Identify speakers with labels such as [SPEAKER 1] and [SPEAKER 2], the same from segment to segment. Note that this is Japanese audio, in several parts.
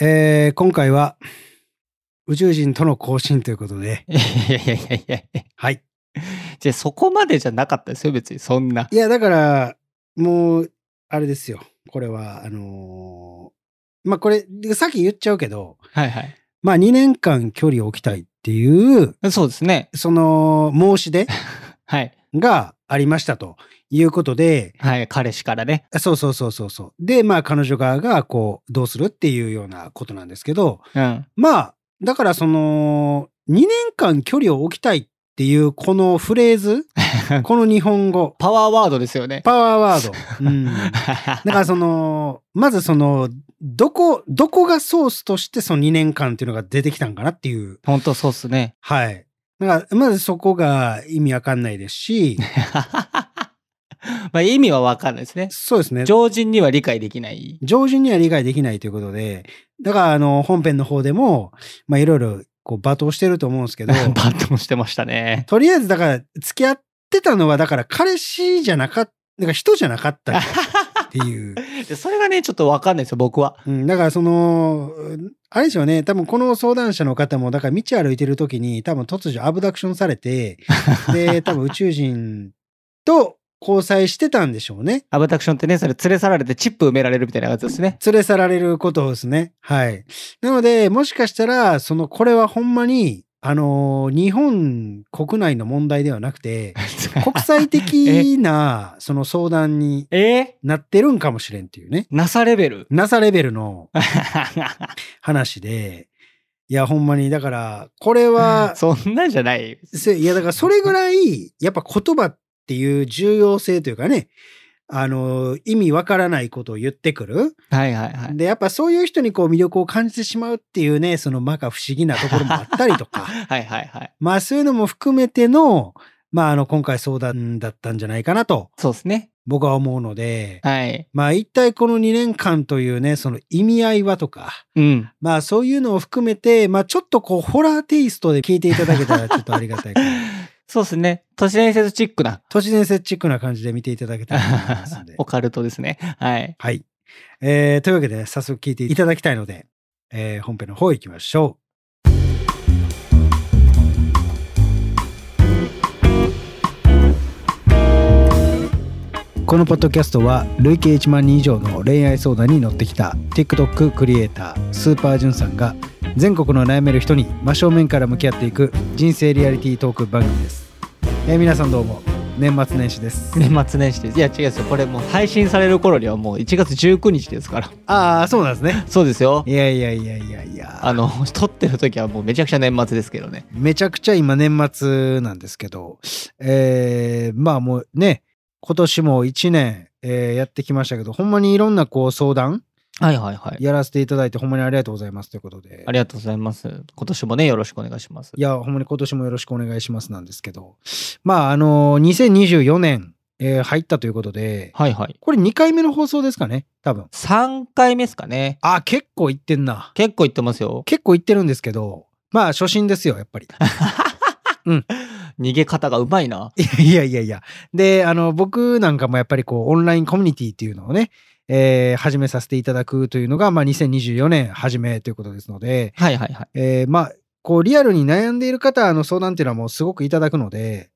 [SPEAKER 1] えー今回は宇宙人との交信ということで、
[SPEAKER 2] いやいやいやいやいや。
[SPEAKER 1] はい。
[SPEAKER 2] じゃあそこまでじゃなかったですよ、別に。そんな。
[SPEAKER 1] いや、だから、もう、あれですよ。これは、あのーまあ、これ、さっき言っちゃうけど、
[SPEAKER 2] はいはい。
[SPEAKER 1] まあ、2年間距離を置きたいっていう、
[SPEAKER 2] そうですね。
[SPEAKER 1] その、申し出
[SPEAKER 2] はい。
[SPEAKER 1] がありましたということで、
[SPEAKER 2] はい。彼氏からね。
[SPEAKER 1] そうそうそうそうそう。で、まあ、彼女側が、こう、どうするっていうようなことなんですけど、
[SPEAKER 2] うん。
[SPEAKER 1] まあ、だから、その、2年間距離を置きたいっていう、このフレーズ、この日本語、
[SPEAKER 2] パワーワードですよね。
[SPEAKER 1] パワーワード。うん。だからその、まずその、どこ、どこがソースとしてその2年間っていうのが出てきたんかなっていう。
[SPEAKER 2] 本当そうっすね。
[SPEAKER 1] はい。だから、まずそこが意味わかんないですし、
[SPEAKER 2] まあ意味はわかんないですね。
[SPEAKER 1] そうですね。
[SPEAKER 2] 常人には理解できない。
[SPEAKER 1] 上旬には理解できないということで、だからあの、本編の方でも、まあいろいろこう罵倒してると思うんですけ ど
[SPEAKER 2] バ、ットもしてましたね。
[SPEAKER 1] とりあえずだから付き合ってたのは、だから彼氏じゃなかった、だから人じゃなかったっていう。
[SPEAKER 2] でそれがね、ちょっとわかんないですよ、僕は。
[SPEAKER 1] うん、だからその、うんあれでしょうね、多分この相談者の方も、だから道歩いてる時に、多分突如アブダクションされて、で、多分宇宙人と交際してたんでしょうね。
[SPEAKER 2] アバタクションってね、それ連れ去られてチップ埋められるみたいなやつですね。
[SPEAKER 1] 連れ去られることですね。はい。なので、もしかしたら、その、これはほんまに、あのー日本国内の問題ではなくて、 国際的な、その相談に
[SPEAKER 2] え
[SPEAKER 1] なってるんかもしれんっていうね。
[SPEAKER 2] ー、NASA レベル
[SPEAKER 1] NASA レベルの話で、いや、ほんまに、だから、これは、
[SPEAKER 2] そんなんじゃない。
[SPEAKER 1] せいや、だからそれぐらい、やっぱ言葉っていう重要性というかね、あの、意味わからないことを言ってくる。
[SPEAKER 2] はいはいはい。
[SPEAKER 1] で、やっぱそういう人にこう魅力を感じてしまうっていうね、その摩訶不思議なところもあったりとか、
[SPEAKER 2] はいはいはい。
[SPEAKER 1] まあそういうのも含めての、まああの、今回相談だったんじゃないかなと、
[SPEAKER 2] そうですね。
[SPEAKER 1] 僕は思うので、
[SPEAKER 2] はい。
[SPEAKER 1] まあ一体この2年間というね、その意味合いはとか、
[SPEAKER 2] うん。
[SPEAKER 1] まあそういうのを含めて、まあちょっとこうホラーテイストで聞いていただけたらちょっとありがたいかな。
[SPEAKER 2] そうですね。都市伝説チックな。。
[SPEAKER 1] 都市伝説チックな感じで見ていただけたらと思いますんで
[SPEAKER 2] オカルトですね。はい。
[SPEAKER 1] はい。えー、というわけで、早速聞いていただきたいので、えー、本編の方行きましょう。このポッドキャストは累計1万人以上の恋愛相談に乗ってきた TikTok クリエイタースーパージュンさんが全国の悩める人に真正面から向き合っていく人生リアリティートーク番組です、えー皆さんどうも年末年始です
[SPEAKER 2] 年末年始です。いや違うんですよ。これもう配信される頃にはもう1月19日ですから。
[SPEAKER 1] ああそうなんですね
[SPEAKER 2] そうですよ。
[SPEAKER 1] いやいやいやいやいや
[SPEAKER 2] あの、撮ってる時はもうめちゃくちゃ年末ですけどね。
[SPEAKER 1] めちゃくちゃ今年末なんですけど、えーまあもうね、今年も1年、えーやってきましたけど、ほんまにいろんなこう相談
[SPEAKER 2] はいはいはい。
[SPEAKER 1] やらせていただいて、ほんまにありがとうございますということで
[SPEAKER 2] あ。りがとうございます。今年もね、よろしくお願いします。
[SPEAKER 1] いや、ほんまに今年もよろしくお願いしますなんですけど、まああの2024年、えー入ったということで、
[SPEAKER 2] はいはい。
[SPEAKER 1] これ2回目の放送ですかね、多分。
[SPEAKER 2] 3回目ですかね。
[SPEAKER 1] あ、結構いってんな。
[SPEAKER 2] 結構行ってますよ。
[SPEAKER 1] 結構いってるんですけど、まあ初心ですよ、やっぱり。
[SPEAKER 2] 逃げ方がうまいな。
[SPEAKER 1] いやい やいや。で、あの、僕なんかもやっぱりこう、オンラインコミュニティっていうのをね、えー始めさせていただくというのが、まあ、2024年始めということですので、
[SPEAKER 2] はいはいはい。
[SPEAKER 1] えーまあ、こう、リアルに悩んでいる方の相談っていうのはもうすごくいただくので、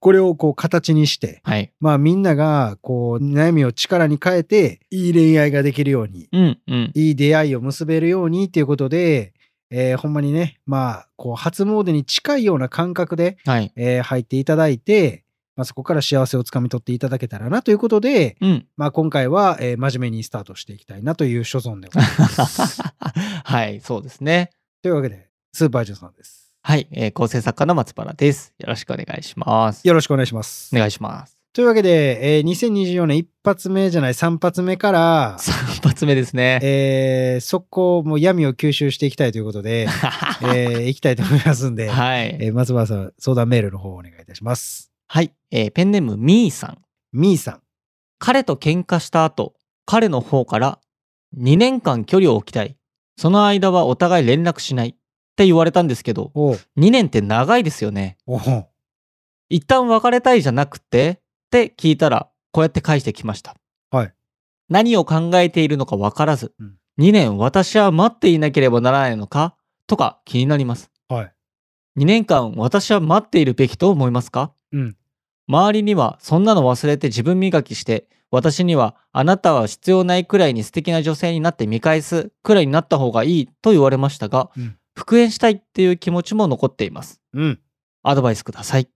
[SPEAKER 1] これをこう、形にして、
[SPEAKER 2] はい。
[SPEAKER 1] まあ、みんなが、こう、悩みを力に変えて、いい恋愛ができるように、
[SPEAKER 2] うんうん。
[SPEAKER 1] いい出会いを結べるようにっていうことで、えーほんまにね、まあ、こう、初詣に近いような感覚で、
[SPEAKER 2] はい。
[SPEAKER 1] えー入っていただいて、まあ、そこから幸せをつかみ取っていただけたらなということで、
[SPEAKER 2] うん。
[SPEAKER 1] まあ、今回は、えー真面目にスタートしていきたいなという所存でございます。
[SPEAKER 2] はい、そうですね。
[SPEAKER 1] というわけで、スーパージュンさんです。
[SPEAKER 2] はい、えー構成作家の松原です。よろしくお願いします。
[SPEAKER 1] よろしくお願いします。
[SPEAKER 2] お願いします。
[SPEAKER 1] というわけで、えー2024年一発目じゃない三発目から、
[SPEAKER 2] 3発目ですね。
[SPEAKER 1] えーそこもう闇を吸収していきたいということ で、えーいきたいと思いますんで、
[SPEAKER 2] はい。
[SPEAKER 1] えー松原さん、相談メールの方をお願いいたします。
[SPEAKER 2] はい、えーペンネームみーさん。
[SPEAKER 1] みーさん。
[SPEAKER 2] 彼と喧嘩した後、彼の方から2年間距離を置きたい。その間はお互い連絡しないって言われたんですけど、
[SPEAKER 1] おう
[SPEAKER 2] 2年って長いですよね。
[SPEAKER 1] おう
[SPEAKER 2] 一旦別れたいじゃなくてって聞いたらこうやって返してきました。
[SPEAKER 1] はい
[SPEAKER 2] 何を考えているのか分からず、
[SPEAKER 1] うん
[SPEAKER 2] 2年私は待っていなければならないのかとか気になります。
[SPEAKER 1] はい。
[SPEAKER 2] 2年間私は待っているべきと思いますか
[SPEAKER 1] うん
[SPEAKER 2] 周りにはそんなの忘れて自分磨きして私にはあなたは必要ないくらいに素敵な女性になって見返すくらいになった方がいいと言われましたが、
[SPEAKER 1] うん
[SPEAKER 2] 復縁したいっていう気持ちも残っています。
[SPEAKER 1] うん。
[SPEAKER 2] アドバイスください。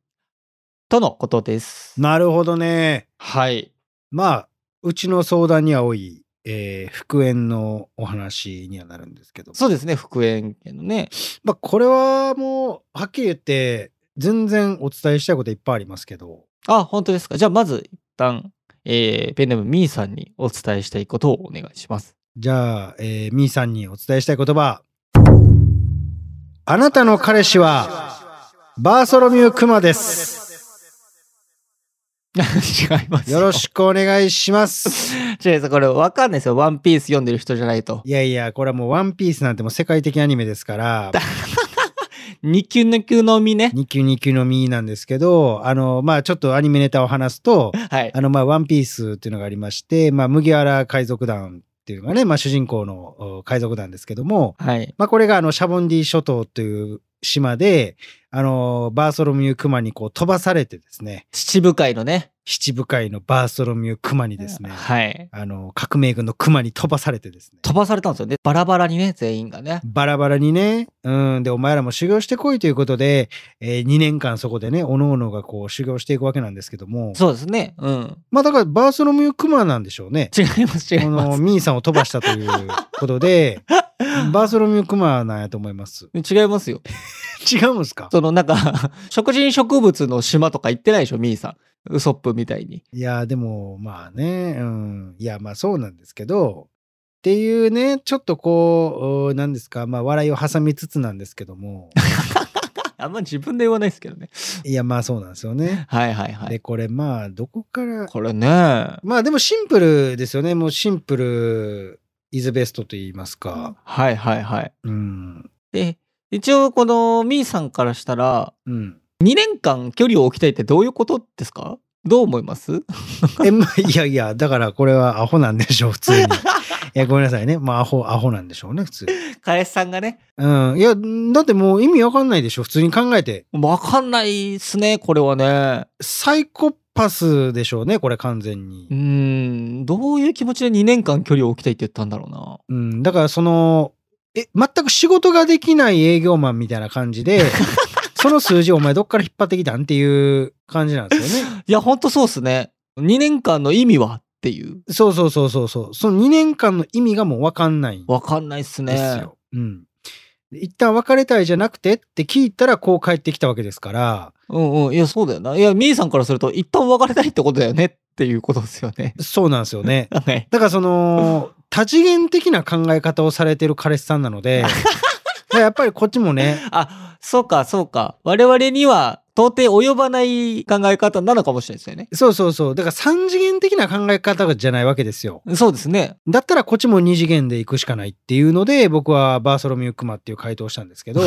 [SPEAKER 2] とのことです。
[SPEAKER 1] なるほどね。
[SPEAKER 2] はい。
[SPEAKER 1] まあ、うちの相談には多い、えー復縁のお話にはなるんですけど。
[SPEAKER 2] そうですね、復縁系のね。
[SPEAKER 1] まあ、これはもう、はっきり言って、全然お伝えしたいこといっぱいありますけど、
[SPEAKER 2] あ、本当ですか。じゃあ、まず一旦、えーペンネームミーさんにお伝えしたいことをお願いします。
[SPEAKER 1] じゃあ、えー、みーさんにお伝えしたい言葉。あなたの彼氏は、バーソロミュークマです。
[SPEAKER 2] 違います。
[SPEAKER 1] よろしくお願いします。
[SPEAKER 2] く。違います。これ、わかんないですよ。ワンピース読んでる人じゃないと。
[SPEAKER 1] いやいや、これはもうワンピースなんてもう世界的アニメですから、
[SPEAKER 2] 二級抜級のみね。
[SPEAKER 1] 2級2級のみなんですけど、あの、まあちょっとアニメネタを話すと、
[SPEAKER 2] はい。
[SPEAKER 1] あの、まあワンピースっていうのがありまして、まあ麦わら海賊団っていうのがね、まあ主人公のお海賊団ですけども、
[SPEAKER 2] はい。
[SPEAKER 1] まあ、これがあのシャボンディ諸島という島で、あのバーソロミュークマにこう飛ばされてですね、
[SPEAKER 2] 七部会のね。
[SPEAKER 1] 七部会のバーソロミュークマにですね、
[SPEAKER 2] はい。
[SPEAKER 1] あの革命軍のクマに飛ばされてですね、
[SPEAKER 2] 飛ばされたんですよね。バラバラにね、全員がね。
[SPEAKER 1] バラバラにね、うん、で、お前らも修行してこいということで、え2年間そこでね、おのおのがこう修行していくわけなんですけども、
[SPEAKER 2] そうですね。うん。
[SPEAKER 1] まあだからバーソロミュークマなんでしょうね。
[SPEAKER 2] 違います、違い
[SPEAKER 1] こ
[SPEAKER 2] ま
[SPEAKER 1] の
[SPEAKER 2] す。
[SPEAKER 1] ミーさんを飛ばしたということ で、バーソロミュークマなんやと思います。
[SPEAKER 2] 違いますよ。
[SPEAKER 1] 違うんすか
[SPEAKER 2] その、なんか、 食人植物の島とか行ってないでしょ、ミーさん。ウソップみたいに。
[SPEAKER 1] いや、でも、まあね、うん。いや、まあそうなんですけど、っていうね、ちょっとこう、何ですか、まあ笑いを挟みつつなんですけど も、
[SPEAKER 2] あんま自分で言わないですけどね。
[SPEAKER 1] いや、まあそうなんですよね。
[SPEAKER 2] はいはいは
[SPEAKER 1] で、
[SPEAKER 2] い。
[SPEAKER 1] これまあ、どこから、
[SPEAKER 2] これね。
[SPEAKER 1] まあでもシンプルですよね。もうシンプル、イズベストと言いますか。
[SPEAKER 2] はいはいはい。
[SPEAKER 1] うん。
[SPEAKER 2] で、一応このミーさんからしたら、
[SPEAKER 1] うん。
[SPEAKER 2] 2年間距離を置きたいってどういうことですかどう思います
[SPEAKER 1] え、まあ、いやいや、だからこれはアホなんでしょう、普通に。いや、ごめんなさいね。まあ、アホ、アホなんでしょうね、普通に。
[SPEAKER 2] 彼氏さんがね、
[SPEAKER 1] うん。いや、だってもう意味わかんないでしょ、普通に考えて。
[SPEAKER 2] わかんないっすね、これはね。
[SPEAKER 1] サイコパスでしょうね、これ完全
[SPEAKER 2] う
[SPEAKER 1] に。
[SPEAKER 2] ーん、どういう気持ちで2年間距離を置きたいって言ったんだろうな。
[SPEAKER 1] うん、だからその、え、全く仕事ができない営業マンみたいな感じ で、その数字お前どっから引っ張ってきたんっていう感じなんですよね。
[SPEAKER 2] いや、ほんとそうっすね。2年間の意味はっていう。
[SPEAKER 1] そうそうそうそうそう。その2年間の意味がもうわかんないんで
[SPEAKER 2] わかんないっすね。
[SPEAKER 1] すよ。うん。で一旦別れたいじゃなくてって聞いたらこう帰ってきたわけですから、
[SPEAKER 2] うんうん。いや、そうだよな。いや、ミーさんからすると、一旦別れたいってことだよねっていうことですよね。
[SPEAKER 1] そうなんですよね。
[SPEAKER 2] はい。
[SPEAKER 1] だからその、多次元的な考え方をされてる彼氏さんなので、だからやっぱりこっちもね、
[SPEAKER 2] あ、そうか、そうか。我々には到底及ばない考え方なのかもしれないですよね。
[SPEAKER 1] そうそうそう。だから三次元的な考え方じゃないわけですよ。
[SPEAKER 2] そうですね。
[SPEAKER 1] だったらこっちも二次元で行くしかないっていうので、僕はバーソロミュークマっていう回答をしたんですけど、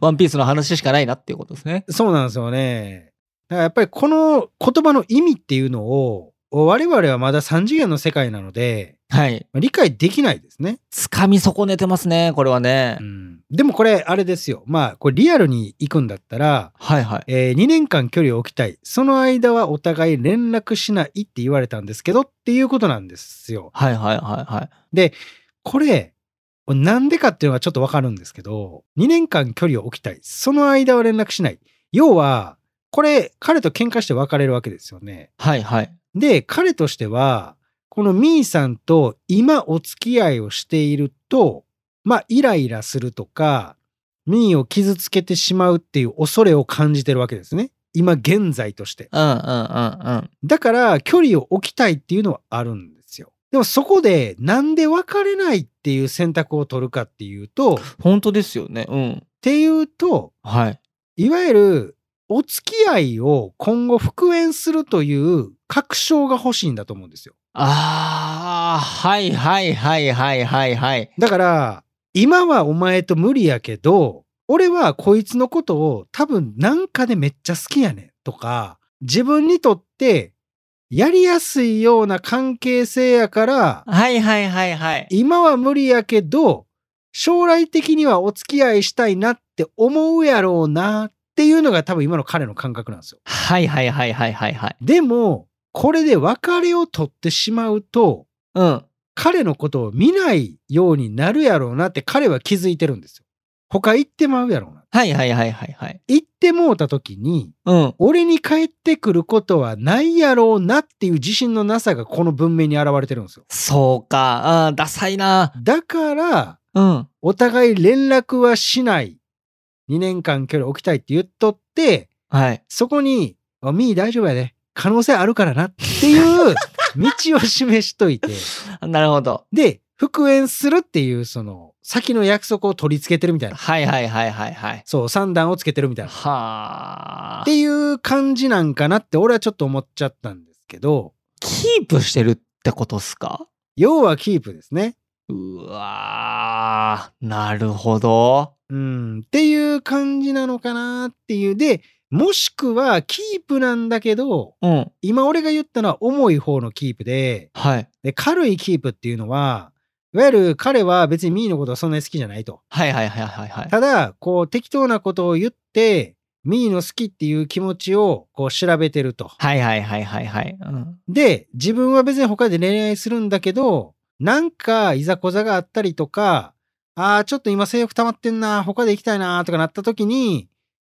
[SPEAKER 2] ワンピースの話しかないなっていうことですね。
[SPEAKER 1] そうなんですよね。だからやっぱりこの言葉の意味っていうのを、我々はまだ三次元の世界なので、
[SPEAKER 2] はい。
[SPEAKER 1] まあ理解できないですね。
[SPEAKER 2] 掴み損ねてますね、これはね。
[SPEAKER 1] うん。でもこれ、あれですよ。まあ、これリアルに行くんだったら、
[SPEAKER 2] はいはい。
[SPEAKER 1] え2年間距離を置きたい。その間はお互い連絡しないって言われたんですけどっていうことなんですよ。
[SPEAKER 2] はいはいはいはい。
[SPEAKER 1] これ、なんでかっていうのがちょっとわかるんですけど、2年間距離を置きたい。その間は連絡しない。要は、これ、彼と喧嘩して別れるわけですよね。
[SPEAKER 2] はいはい。
[SPEAKER 1] で、彼としては、このミーさんと今お付き合いをしていると、まあ、イライラするとか、ミーを傷つけてしまうっていう恐れを感じてるわけですね。今現在として。
[SPEAKER 2] うんうんうんうん。
[SPEAKER 1] だから距離を置きたいっていうのはあるんですよ。でもそこでなんで別れないっていう選択を取るかっていうと、っ
[SPEAKER 2] 本当ですよね。うん。
[SPEAKER 1] ていうと、
[SPEAKER 2] はい。
[SPEAKER 1] いわゆるお付き合いを今後復縁するという確証が欲しいんだと思うんですよ。
[SPEAKER 2] あー、はいはいはいはいはいはい。
[SPEAKER 1] だから、今はお前と無理やけど、俺はこいつのことを多分なんかでめっちゃ好きやねんとか、自分にとってやりやすいような関係性やから、
[SPEAKER 2] はいはいはいはい。
[SPEAKER 1] 今は無理やけど、将来的にはお付き合いしたいなって思うやろうなっていうのが多分今の彼の感覚なんですよ。
[SPEAKER 2] はいはいはいはいはいはい。
[SPEAKER 1] でも、これで別れを取ってしまうと、
[SPEAKER 2] うん。
[SPEAKER 1] 彼のことを見ないようになるやろうなって彼は気づいてるんですよ。他行ってまうやろうな。
[SPEAKER 2] はいはいはいはいはい。
[SPEAKER 1] 行ってもうた時に、
[SPEAKER 2] うん。
[SPEAKER 1] 俺に帰ってくることはないやろうなっていう自信のなさがこの文明に現れてるんですよ。
[SPEAKER 2] そうか。あーダサいな。
[SPEAKER 1] だから、
[SPEAKER 2] うん。
[SPEAKER 1] お互い連絡はしない。2年間距離置きたいって言っとって、
[SPEAKER 2] はい。
[SPEAKER 1] そこに、あミー大丈夫やで。可能性あるからなっていう道を示しといて、
[SPEAKER 2] なるほど。
[SPEAKER 1] で、復縁するっていう、その、先の約束を取り付けてるみたいな。
[SPEAKER 2] はいはいはいはいはい。
[SPEAKER 1] そう、三段をつけてるみたいな。っ
[SPEAKER 2] はあ
[SPEAKER 1] て。いう感じなんかなって、俺はちょっと思っちゃったんですけど、
[SPEAKER 2] キープしてるってことっすか
[SPEAKER 1] 要はキープですね。
[SPEAKER 2] うわーなるほど。
[SPEAKER 1] うん、っていう感じなのかなっていう。で、もしくは、キープなんだけど、
[SPEAKER 2] うん。
[SPEAKER 1] 今俺が言ったのは重い方のキープで、
[SPEAKER 2] はい。
[SPEAKER 1] で軽いキープっていうのは、いわゆる彼は別にミーのことはそんなに好きじゃないと。
[SPEAKER 2] はいはいはいはいはい。
[SPEAKER 1] ただ、こう適当なことを言って、ミーの好きっていう気持ちをこう調べてると。
[SPEAKER 2] はいはいはいはいはい。うん。
[SPEAKER 1] で、自分は別に他で恋愛するんだけど、なんかいざこざがあったりとか、ああ、ちょっと今性欲溜まってんな、他で行きたいなとかなった時に、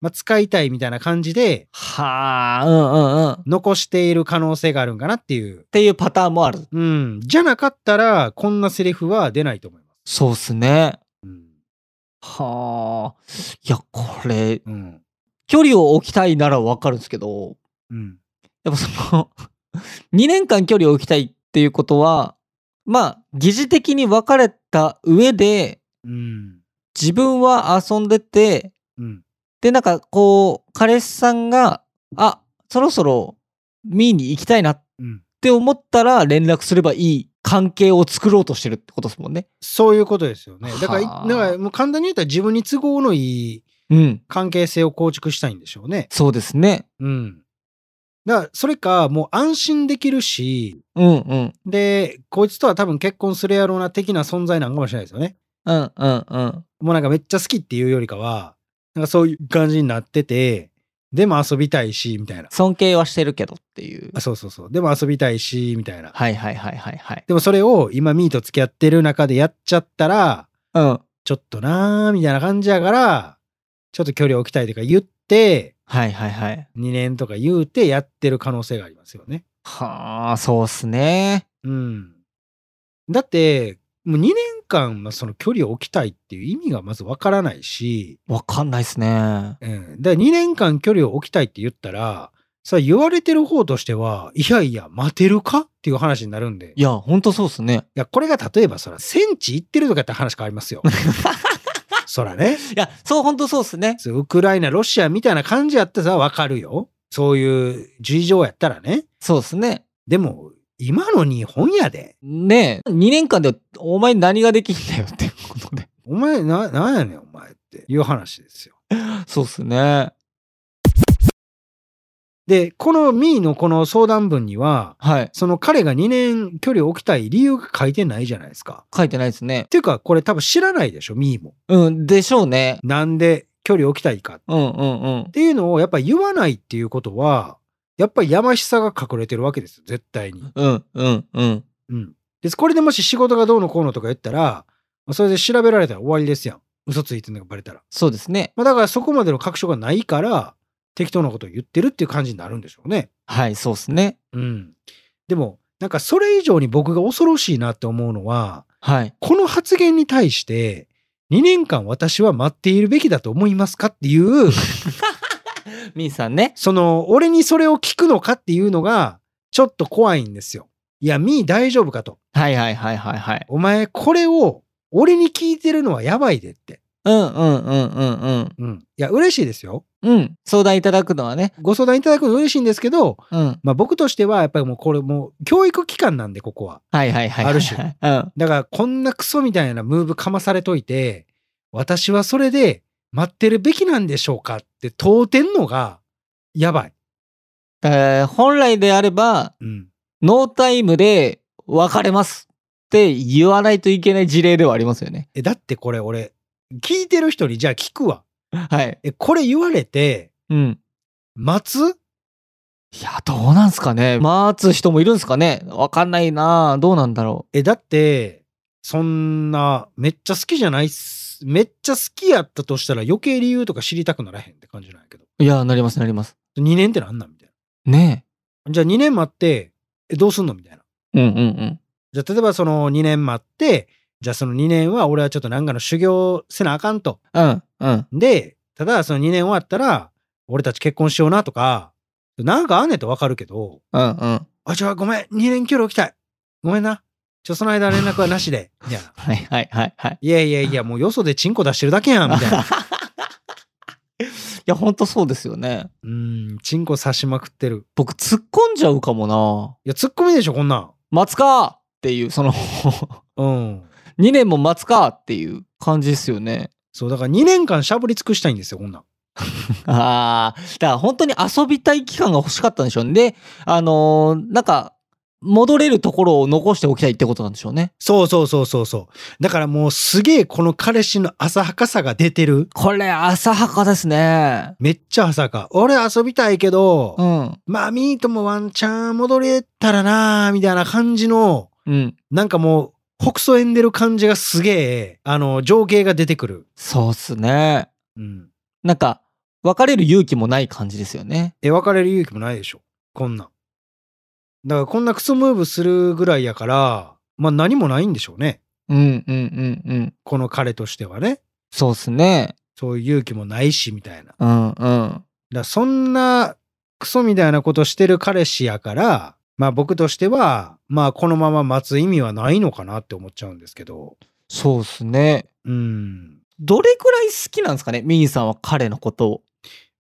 [SPEAKER 1] まあ、使いたいみたいな感じで
[SPEAKER 2] はあ、うんうんうん。っ
[SPEAKER 1] 残している可能性があるんかなっていう
[SPEAKER 2] ていうパターンもある。
[SPEAKER 1] うん。じゃなかったら、こんなセリフは出ないと思います。
[SPEAKER 2] そうっすね。
[SPEAKER 1] うん。
[SPEAKER 2] はあ。いや、これ、
[SPEAKER 1] うん。
[SPEAKER 2] 距離を置きたいならわかるんですけど、
[SPEAKER 1] うん。
[SPEAKER 2] やっぱその、2年間距離を置きたいっていうことは、まあ、疑似的に別れた上で、
[SPEAKER 1] うん。
[SPEAKER 2] 自分は遊んでて、
[SPEAKER 1] うん。
[SPEAKER 2] で、なんかこう、彼氏さんが、あ、そろそろ見に行きたいなっ
[SPEAKER 1] うん。
[SPEAKER 2] て思ったら連絡すればいい関係を作ろうとしてるってことですもんね。
[SPEAKER 1] そういうことですよね。だから、い
[SPEAKER 2] はあ
[SPEAKER 1] だからもう簡単に言ったら自分に都合のいい
[SPEAKER 2] うん。
[SPEAKER 1] 関係性を構築したいんでしょうね。
[SPEAKER 2] そうですね。
[SPEAKER 1] うん。だから、それか、もう安心できるし、
[SPEAKER 2] うんうん。
[SPEAKER 1] で、こいつとは多分結婚するやろうな的な存在なんかもしれないですよね。
[SPEAKER 2] うんうんうん。
[SPEAKER 1] もうなんかめっちゃ好きっていうよりかは、なんかそういう感じになってて、でも遊びたいし、みたいな。
[SPEAKER 2] 尊敬はしてるけどっていう
[SPEAKER 1] あ。そうそうそう。でも遊びたいし、みたいな。
[SPEAKER 2] はいはいはいはいはい。
[SPEAKER 1] でもそれを今ミーと付き合ってる中でやっちゃったら、
[SPEAKER 2] うん。
[SPEAKER 1] ちょっとなーみたいな感じやから、ちょっと距離置きたいとか言って、
[SPEAKER 2] はいはいはい。
[SPEAKER 1] 2年とか言うてやってる可能性がありますよね。
[SPEAKER 2] はあ、そうっすね。
[SPEAKER 1] うん。だって、もう2年間、まあその距離を置きたいっていう意味がまずわからないし、
[SPEAKER 2] わかんないっすね。
[SPEAKER 1] うん。だから2年間距離を置きたいって言ったら、さ、言われてる方としては、いやいや、待てるかっていう話になるんで。
[SPEAKER 2] いや、ほんとそうっすね。
[SPEAKER 1] いや、これが例えば、そら、戦地行ってるとかって話変わりますよ。そらね。
[SPEAKER 2] いや、そうほんとそうっすね。
[SPEAKER 1] そうウクライナ、ロシアみたいな感じやったらわかるよ。そういう事情やったらね。
[SPEAKER 2] そうっすね。
[SPEAKER 1] でも、今の日本やで。
[SPEAKER 2] ねえ、2年間でお前何ができんだよってことで。
[SPEAKER 1] お前、な、なんやねん、お前っていう話ですよ。
[SPEAKER 2] そうっすね。
[SPEAKER 1] で、このミーのこの相談文には、
[SPEAKER 2] はい。
[SPEAKER 1] その彼が2年距離を置きたい理由が書いてないじゃないですか。
[SPEAKER 2] 書いてないですね
[SPEAKER 1] っ。ていうか、これ多分知らないでしょ、ミーも。
[SPEAKER 2] うん、でしょうね。
[SPEAKER 1] なんで距離を置きたいかっ
[SPEAKER 2] うんうんうん。
[SPEAKER 1] ていうのをやっぱ言わないっていうことは、やっぱりやましさが隠れてるわけですよ、絶対に。
[SPEAKER 2] うんうんうん。
[SPEAKER 1] うん。で、これでもし仕事がどうのこうのとか言ったら、まあそれで調べられたら終わりですやん。嘘ついてんのがバレたら。
[SPEAKER 2] そうですね。
[SPEAKER 1] まあだからそこまでの確証がないから、適当なことを言ってるっていう感じになるんでしょうね。
[SPEAKER 2] はい、そうっすね。
[SPEAKER 1] うん。でも、なんかそれ以上に僕が恐ろしいなって思うのは、
[SPEAKER 2] はい。
[SPEAKER 1] この発言に対して、2年間私は待っているべきだと思いますかっていう、
[SPEAKER 2] みーさんね。
[SPEAKER 1] その、俺にそれを聞くのかっていうのが、ちょっと怖いんですよ。いや、みー大丈夫かと。
[SPEAKER 2] はいはいはいはいはい。
[SPEAKER 1] お前、これを俺に聞いてるのはやばいでって。
[SPEAKER 2] うんうんうんうんうん。
[SPEAKER 1] うん。いや、嬉しいですよ。
[SPEAKER 2] うん。相談いただくのはね。
[SPEAKER 1] ご相談いただくの嬉しいんですけど、
[SPEAKER 2] うん。
[SPEAKER 1] まあ僕としては、やっぱりもうこれもう教育機関なんで、ここは。
[SPEAKER 2] はいはいはいはい。
[SPEAKER 1] ある種
[SPEAKER 2] うん。
[SPEAKER 1] だから、こんなクソみたいなムーブかまされといて、私はそれで待ってるべきなんでしょうかって問うてんのが、やばい。
[SPEAKER 2] えー本来であれば、
[SPEAKER 1] うん。
[SPEAKER 2] ノータイムで別れますって言わないといけない事例ではありますよね。
[SPEAKER 1] え、だってこれ俺、聞いてる人にじゃあ聞くわ。
[SPEAKER 2] はい。
[SPEAKER 1] え、これ言われて、
[SPEAKER 2] うん。
[SPEAKER 1] 待つ
[SPEAKER 2] いや、どうなんすかね。待つ人もいるんすかね。わかんないなどうなんだろ
[SPEAKER 1] え、だって、そんな、めっちゃ好きじゃないっす。めっちゃ好きやったとしたら余計理由とか知りたくならへんって感じなんやけど。
[SPEAKER 2] う。いや、なりますなります。
[SPEAKER 1] 2年ってなんなんみたい
[SPEAKER 2] ね
[SPEAKER 1] な。じゃあ2年待って、え、どうすんのみたいな。
[SPEAKER 2] え。うんうんうん。
[SPEAKER 1] じゃあ例えばその2年待って、じゃあその2年は俺はちょっとなんかの修行せなあかんと。
[SPEAKER 2] うんうん。
[SPEAKER 1] で、ただその2年終わったら、俺たち結婚しようなとか、なんかあんねんとわかるけど、
[SPEAKER 2] うんうん。
[SPEAKER 1] あ、じゃあごめん、2年距離置きたい。ごめんな。ちょ、その間連絡はなしで。みたいな。
[SPEAKER 2] はいはいはいはい。
[SPEAKER 1] いやいやいや、もうよそでチンコ出してるだけやん、みたい な。
[SPEAKER 2] いや、ほんとそうですよね。
[SPEAKER 1] うーん、チンコ刺しまくってる。
[SPEAKER 2] 僕、突っ込んじゃうかもない
[SPEAKER 1] や、ツッコミでしょ、こんなん。
[SPEAKER 2] 待つかっていう、その、
[SPEAKER 1] うん。
[SPEAKER 2] 2年も待つかっていう感じですよね。
[SPEAKER 1] そう、だから2年間しゃぶり尽くしたいんですよ、こんなん。
[SPEAKER 2] ああ、だから本当に遊びたい期間が欲しかったんでしょうね。で、あのーなんか、戻れるところを残しておきたいってことなんでしょうね。
[SPEAKER 1] そうそうそうそうそう。だからもうすげえこの彼氏の浅はかさが出てる。
[SPEAKER 2] これ、浅はかですね。
[SPEAKER 1] めっちゃ浅はか。俺遊びたいけど、
[SPEAKER 2] うん。
[SPEAKER 1] まあミートもワンチャン戻れたらなーみたいな感じの、
[SPEAKER 2] うん。
[SPEAKER 1] なんかもう、北総んでる感じがすげえ、あの、情景が出てくる。
[SPEAKER 2] そうっすね。
[SPEAKER 1] うん。
[SPEAKER 2] なんか、別れる勇気もない感じですよね。
[SPEAKER 1] え、別れる勇気もないでしょ。こんなん。だからこんなクソムーブするぐらいやから、まあ何もないんでしょうね。
[SPEAKER 2] うんうんうんうん。
[SPEAKER 1] この彼としてはね。
[SPEAKER 2] そうっすね。
[SPEAKER 1] そういう勇気もないし、みたいな。だか
[SPEAKER 2] うんうん。
[SPEAKER 1] らそんなクソみたいなことしてる彼氏やから、まあ僕としては、まあこのまま待つ意味はないのかなって思っちゃうんですけど。
[SPEAKER 2] そうっすね。
[SPEAKER 1] うん。
[SPEAKER 2] どれくらい好きなんですかねミーさんは彼のことを。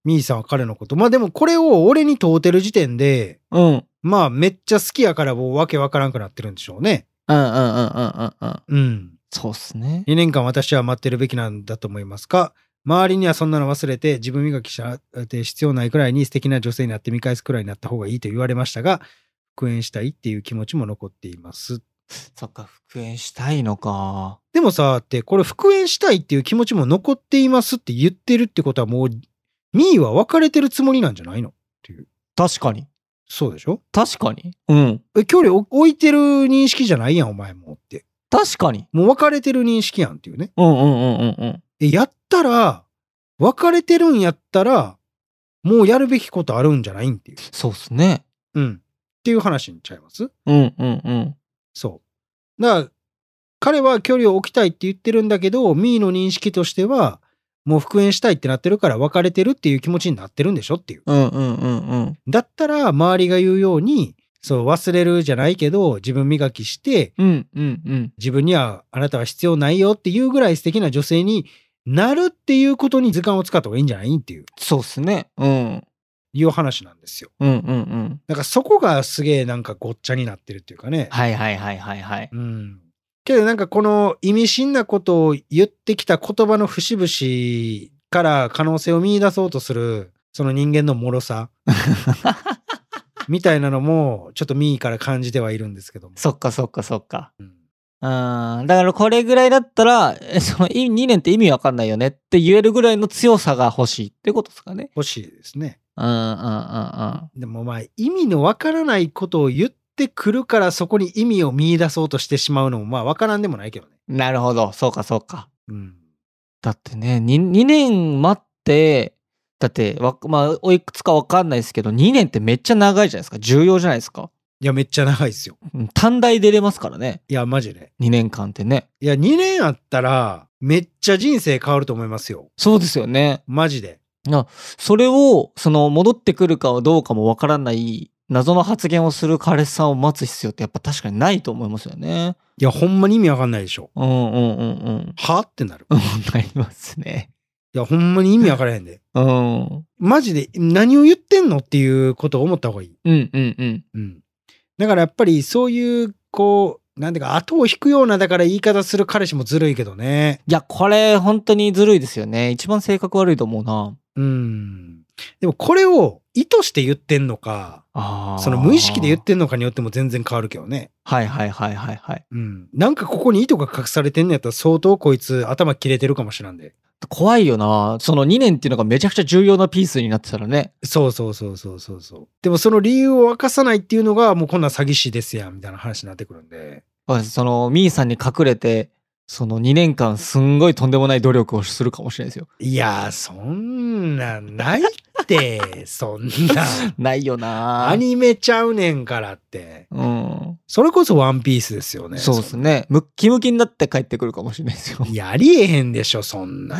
[SPEAKER 1] ミーさんは彼のこと。まあでもこれを俺に問うてる時点で、
[SPEAKER 2] うん。
[SPEAKER 1] まあめっちゃ好きやからもうわけわからんくなってるんでしょうね。
[SPEAKER 2] うんうんうんうんうんうん。
[SPEAKER 1] うん。
[SPEAKER 2] そうっすね。
[SPEAKER 1] 2年間私は待ってるべきなんだと思いますか周りにはそんなの忘れて自分磨きしちゃって必要ないくらいに素敵な女性になって見返すくらいになった方がいいと言われましたが復縁したいっていう気持ちも残っています
[SPEAKER 2] そっか、復縁したいのか。
[SPEAKER 1] でもさってこれ復縁したいっていう気持ちも残っていますって言ってるってことはもうミーは別れてるつもりなんじゃないの
[SPEAKER 2] 確かに。
[SPEAKER 1] そうでしょ
[SPEAKER 2] 確かに。うん。
[SPEAKER 1] え距離を置いてる認識じゃないやんお前もって
[SPEAKER 2] 確かに。
[SPEAKER 1] もう別れてる認識やんっていうね
[SPEAKER 2] うんうんうんうんうん。
[SPEAKER 1] えやったら、別れてるんやったら、もうやるべきことあるんじゃないんっていう。
[SPEAKER 2] そうっすね。
[SPEAKER 1] うん。っていう話にちゃいます
[SPEAKER 2] うんうんうん。
[SPEAKER 1] そう。だから、彼は距離を置きたいって言ってるんだけど、ミーの認識としては、もう復縁したいってなってるから別れてるっていう気持ちになってるんでしょっていう。
[SPEAKER 2] うんうんうんうん。
[SPEAKER 1] だったら、周りが言うように、そう、忘れるじゃないけど、自分磨きして、
[SPEAKER 2] うんうんうん。
[SPEAKER 1] 自分にはあなたは必要ないよっていうぐらい素敵な女性になるっていうことに時間を使った方がいいんじゃないっていう、
[SPEAKER 2] そうっすね。うん。
[SPEAKER 1] いう話なんですよ。
[SPEAKER 2] うんうんうん。
[SPEAKER 1] なんかそこがすげえなんかごっちゃになってるっていうかね。
[SPEAKER 2] はいはいはいはいはい。
[SPEAKER 1] うん。けどなんかこの意味深なことを言ってきた言葉の節々から可能性を見出そうとするその人間の脆 さみたいなのもちょっとミーから感じてはいるんですけども。
[SPEAKER 2] そっかそっかそっか。
[SPEAKER 1] うん
[SPEAKER 2] うん。だからこれぐらいだったら、えそのい2年って意味わかんないよねって言えるぐらいの強さが欲しいってことですかね。
[SPEAKER 1] 欲しいですね。
[SPEAKER 2] うんうんうんうん。
[SPEAKER 1] でもまあ意味のわからないことを言ってくるからそこに意味を見出そうとしてしまうのもまあわからんでもないけどね。
[SPEAKER 2] なるほど。そうかそうか。
[SPEAKER 1] うん。
[SPEAKER 2] だってね 2, 2年待ってだってわまあおいくつか分かんないですけど2年ってめっちゃ長いじゃないですか重要じゃないですか
[SPEAKER 1] いやめっちゃ長いですよ。
[SPEAKER 2] うん短大出れますからね
[SPEAKER 1] いやマジで。
[SPEAKER 2] 2年間ってね
[SPEAKER 1] いや、2年あったら、めっちゃ人生変わると思いますよ。
[SPEAKER 2] そうですよね
[SPEAKER 1] マジで。
[SPEAKER 2] それをその戻ってくるかはどうかも分からない謎の発言をする彼氏さんを待つ必要ってやっぱ確かにないと思いますよね
[SPEAKER 1] いや、ほんまに意味わかんないでしょ。
[SPEAKER 2] うんうんうんうん
[SPEAKER 1] はってなる。
[SPEAKER 2] うんなりますね
[SPEAKER 1] いや、ほんまに意味わからへんで。
[SPEAKER 2] うんうん
[SPEAKER 1] マジで、何を言ってんのっていうことを思った方がいい。
[SPEAKER 2] うんうん
[SPEAKER 1] うん。だからやっぱり、そういう、こう、なんていうか、後を引くような、だから言い方する彼氏もずるいけどね。
[SPEAKER 2] いやこれ本当にずるいですよね一番性格悪いと思うな
[SPEAKER 1] うん。でも、これを、意図して言ってんのか、
[SPEAKER 2] あー
[SPEAKER 1] その無意識で言ってんのかによっても全然変わるけどね。
[SPEAKER 2] はいはいはいはいはい。
[SPEAKER 1] うん。なんかここに意図が隠されてんのやったら相当こいつ頭切れてるかもしらんで。
[SPEAKER 2] 怖いよな。その2年っていうのがめちゃくちゃ重要なピースになってたらね。
[SPEAKER 1] そうそうそうそうそうそう。でもその理由を明かさないっていうのがもうこんなん詐欺師ですやんみたいな話になってくるんで。
[SPEAKER 2] まあそのミーさんに隠れて、その2年間すんごいとんでもない努力をするかもしれないですよ。
[SPEAKER 1] いやー、そんなんないって、そんな ん。
[SPEAKER 2] ないよな。
[SPEAKER 1] アニメちゃうねんからって。
[SPEAKER 2] うん。
[SPEAKER 1] それこそワンピースですよね。
[SPEAKER 2] そうですね。ムッキムキになって帰ってくるかもしれないですよ。
[SPEAKER 1] いや、ありえへんでしょ、そん な。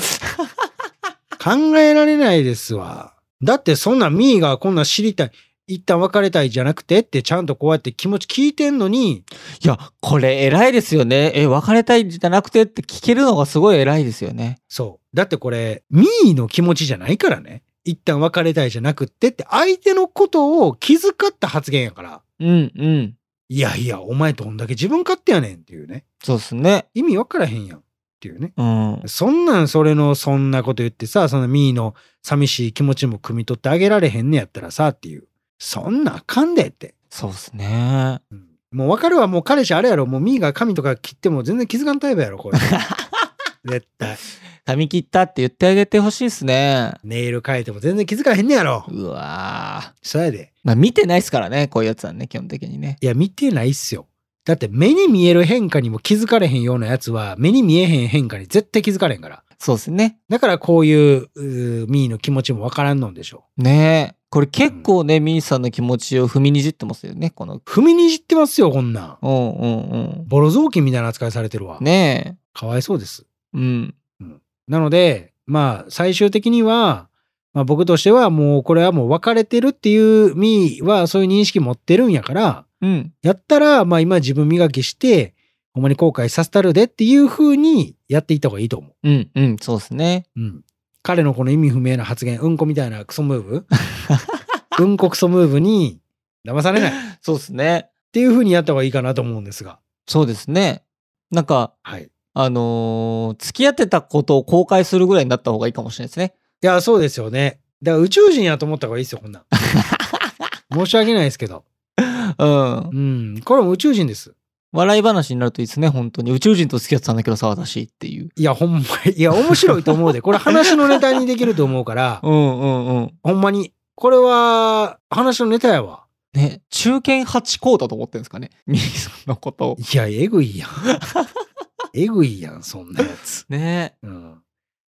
[SPEAKER 1] 考えられないですわ。だってそんなミーがこんな知りたい、一旦別れたいじゃなくてってちゃんとこうやって気持ち聞いてんのに、
[SPEAKER 2] いや、これ偉いですよね。え、別れたいんじゃなくてって聞けるのがすごい偉いですよね。
[SPEAKER 1] そう。だってこれ、ミーの気持ちじゃないからね。一旦別れたいじゃなくってって相手のことを気遣った発言やから。
[SPEAKER 2] うんうん。
[SPEAKER 1] いやいや、お前どんだけ自分勝手やねんっていうね。
[SPEAKER 2] そうですね。
[SPEAKER 1] 意味わからへんやんっていうね。
[SPEAKER 2] うん。
[SPEAKER 1] そんなんそれのそんなこと言ってさ、そのミーの寂しい気持ちも汲み取ってあげられへんねやったらさっていう。そんなあかんでって。
[SPEAKER 2] そうですね。
[SPEAKER 1] うんもう分かるわ、もう彼氏あれやろ、もうミーが髪とか切っても全然気づかんタイプやろ、これ。絶対。
[SPEAKER 2] 髪切ったって言ってあげてほしいですね。
[SPEAKER 1] ネイル変えても全然気づかへんねやろ。
[SPEAKER 2] うわー
[SPEAKER 1] そやで。
[SPEAKER 2] まあ見てないですからね、こういうやつはね、基本的にね。
[SPEAKER 1] いや、見てないっすよ。だって目に見える変化にも気づかれへんようなやつは、目に見えへん変化に絶対気づかれへんから。
[SPEAKER 2] そうですね。
[SPEAKER 1] だからこういう、うーミーの気持ちも分からんのんでしょ
[SPEAKER 2] ねえ。これ結構ね、ミーさんの気持ちを踏みにじってますよね、この。
[SPEAKER 1] う。踏みにじってますよ、こんなん。
[SPEAKER 2] うんうんうん。
[SPEAKER 1] ボロ雑巾みたいな扱いされてるわ。
[SPEAKER 2] ね
[SPEAKER 1] かわいそうです。
[SPEAKER 2] え。うん。
[SPEAKER 1] なので、まあ、最終的には、まあ、僕としてはもうこれはもう別れてるっていうミーはそういう認識持ってるんやから、
[SPEAKER 2] うん。
[SPEAKER 1] やったら、まあ今自分磨きして、ほんまに後悔させたるでっていう風にやっていった方がいいと思
[SPEAKER 2] うんうん。そうですね。
[SPEAKER 1] う。うん。彼のこの意味不明な発言、うんこみたいなクソムー ブうんこクソムーブに騙されないっ
[SPEAKER 2] そうですね。
[SPEAKER 1] ていう風にやった方がいいかなと思うんですが。
[SPEAKER 2] そうですね。なんか、
[SPEAKER 1] はい。
[SPEAKER 2] あのー付き合ってたことを公開するぐらいになった方がいいかもしれないですね。
[SPEAKER 1] いや、そうですよね。だから宇宙人やと思った方がいいですよ、こん なん。申し訳ないですけど。
[SPEAKER 2] うん
[SPEAKER 1] う。ん。これも宇宙人です。
[SPEAKER 2] 笑い話になるといいですね、本当に。宇宙人と付き合ってたんだけどさ、私っていう。
[SPEAKER 1] いや、ほんま、いや、面白いと思うで。これ話のネタにできると思う から、
[SPEAKER 2] うんうんうん。
[SPEAKER 1] ほんまに。これは、話のネタやわ。
[SPEAKER 2] ね、中堅八高だと思ってるんですかね、ミーさんのことを。
[SPEAKER 1] いや、えぐ いやん。えぐいやん、そんなやつ。
[SPEAKER 2] ね
[SPEAKER 1] うん。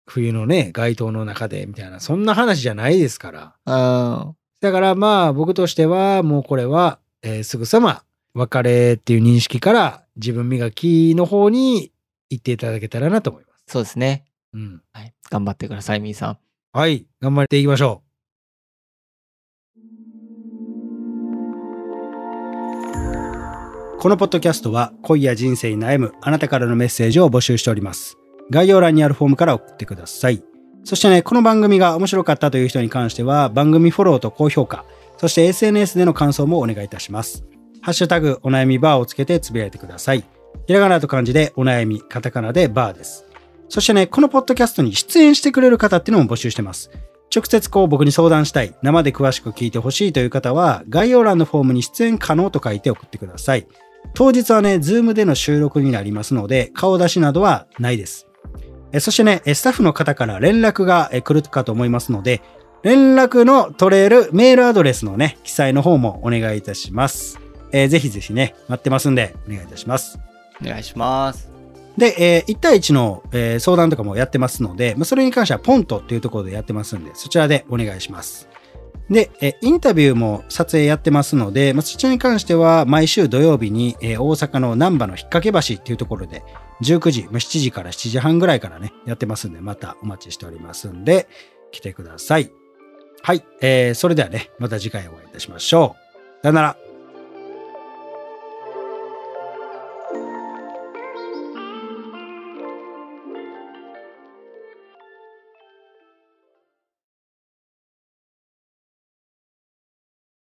[SPEAKER 1] 冬のね、街灯の中で、みたいな、そんな話じゃないですから。
[SPEAKER 2] うん。
[SPEAKER 1] だからまあ、僕としては、もうこれは、えーすぐさま、別れっていう認識から、自分磨きの方に行っていただけたらなと思います。
[SPEAKER 2] そうですね。
[SPEAKER 1] うん。
[SPEAKER 2] はい。頑張ってください、ミーさん。
[SPEAKER 1] はい、頑張っていきましょう。このポッドキャストは恋や人生に悩むあなたからのメッセージを募集しております。概要欄にあるフォームから送ってください。そしてね、この番組が面白かったという人に関しては番組フォローと高評価、そして SNS での感想もお願いいたします。ハッシュタグお悩みバーをつけてつぶやいてください。ひらがなと漢字でお悩み、カタカナでバーです。そしてね、このポッドキャストに出演してくれる方っていうのも募集してます。直接こう僕に相談したい、生で詳しく聞いてほしいという方は、概要欄のフォームに出演可能と書いて送ってください。当日はね、ズームでの収録になりますので、顔出しなどはないです。えそしてね、えスタッフの方から連絡がえ来るかと思いますので、連絡の取れるメールアドレスのね、記載の方もお願いいたします。えーぜひぜひね、待ってますんで、お願いいたします。
[SPEAKER 2] お願いします。
[SPEAKER 1] で、えー1対1の、えー相談とかもやってますので、まあ、それに関してはポントっていうところでやってますんで、そちらでお願いします。で、えーインタビューも撮影やってますので、まあ、そちらに関しては毎週土曜日に、えー大阪の難波の引っ掛け橋っていうところで、19時、まあ7時から7時半ぐらいからね、やってますんで、またお待ちしておりますんで、来てください。はい、えーそれではね、また次回お会いいたしましょう。さよなら。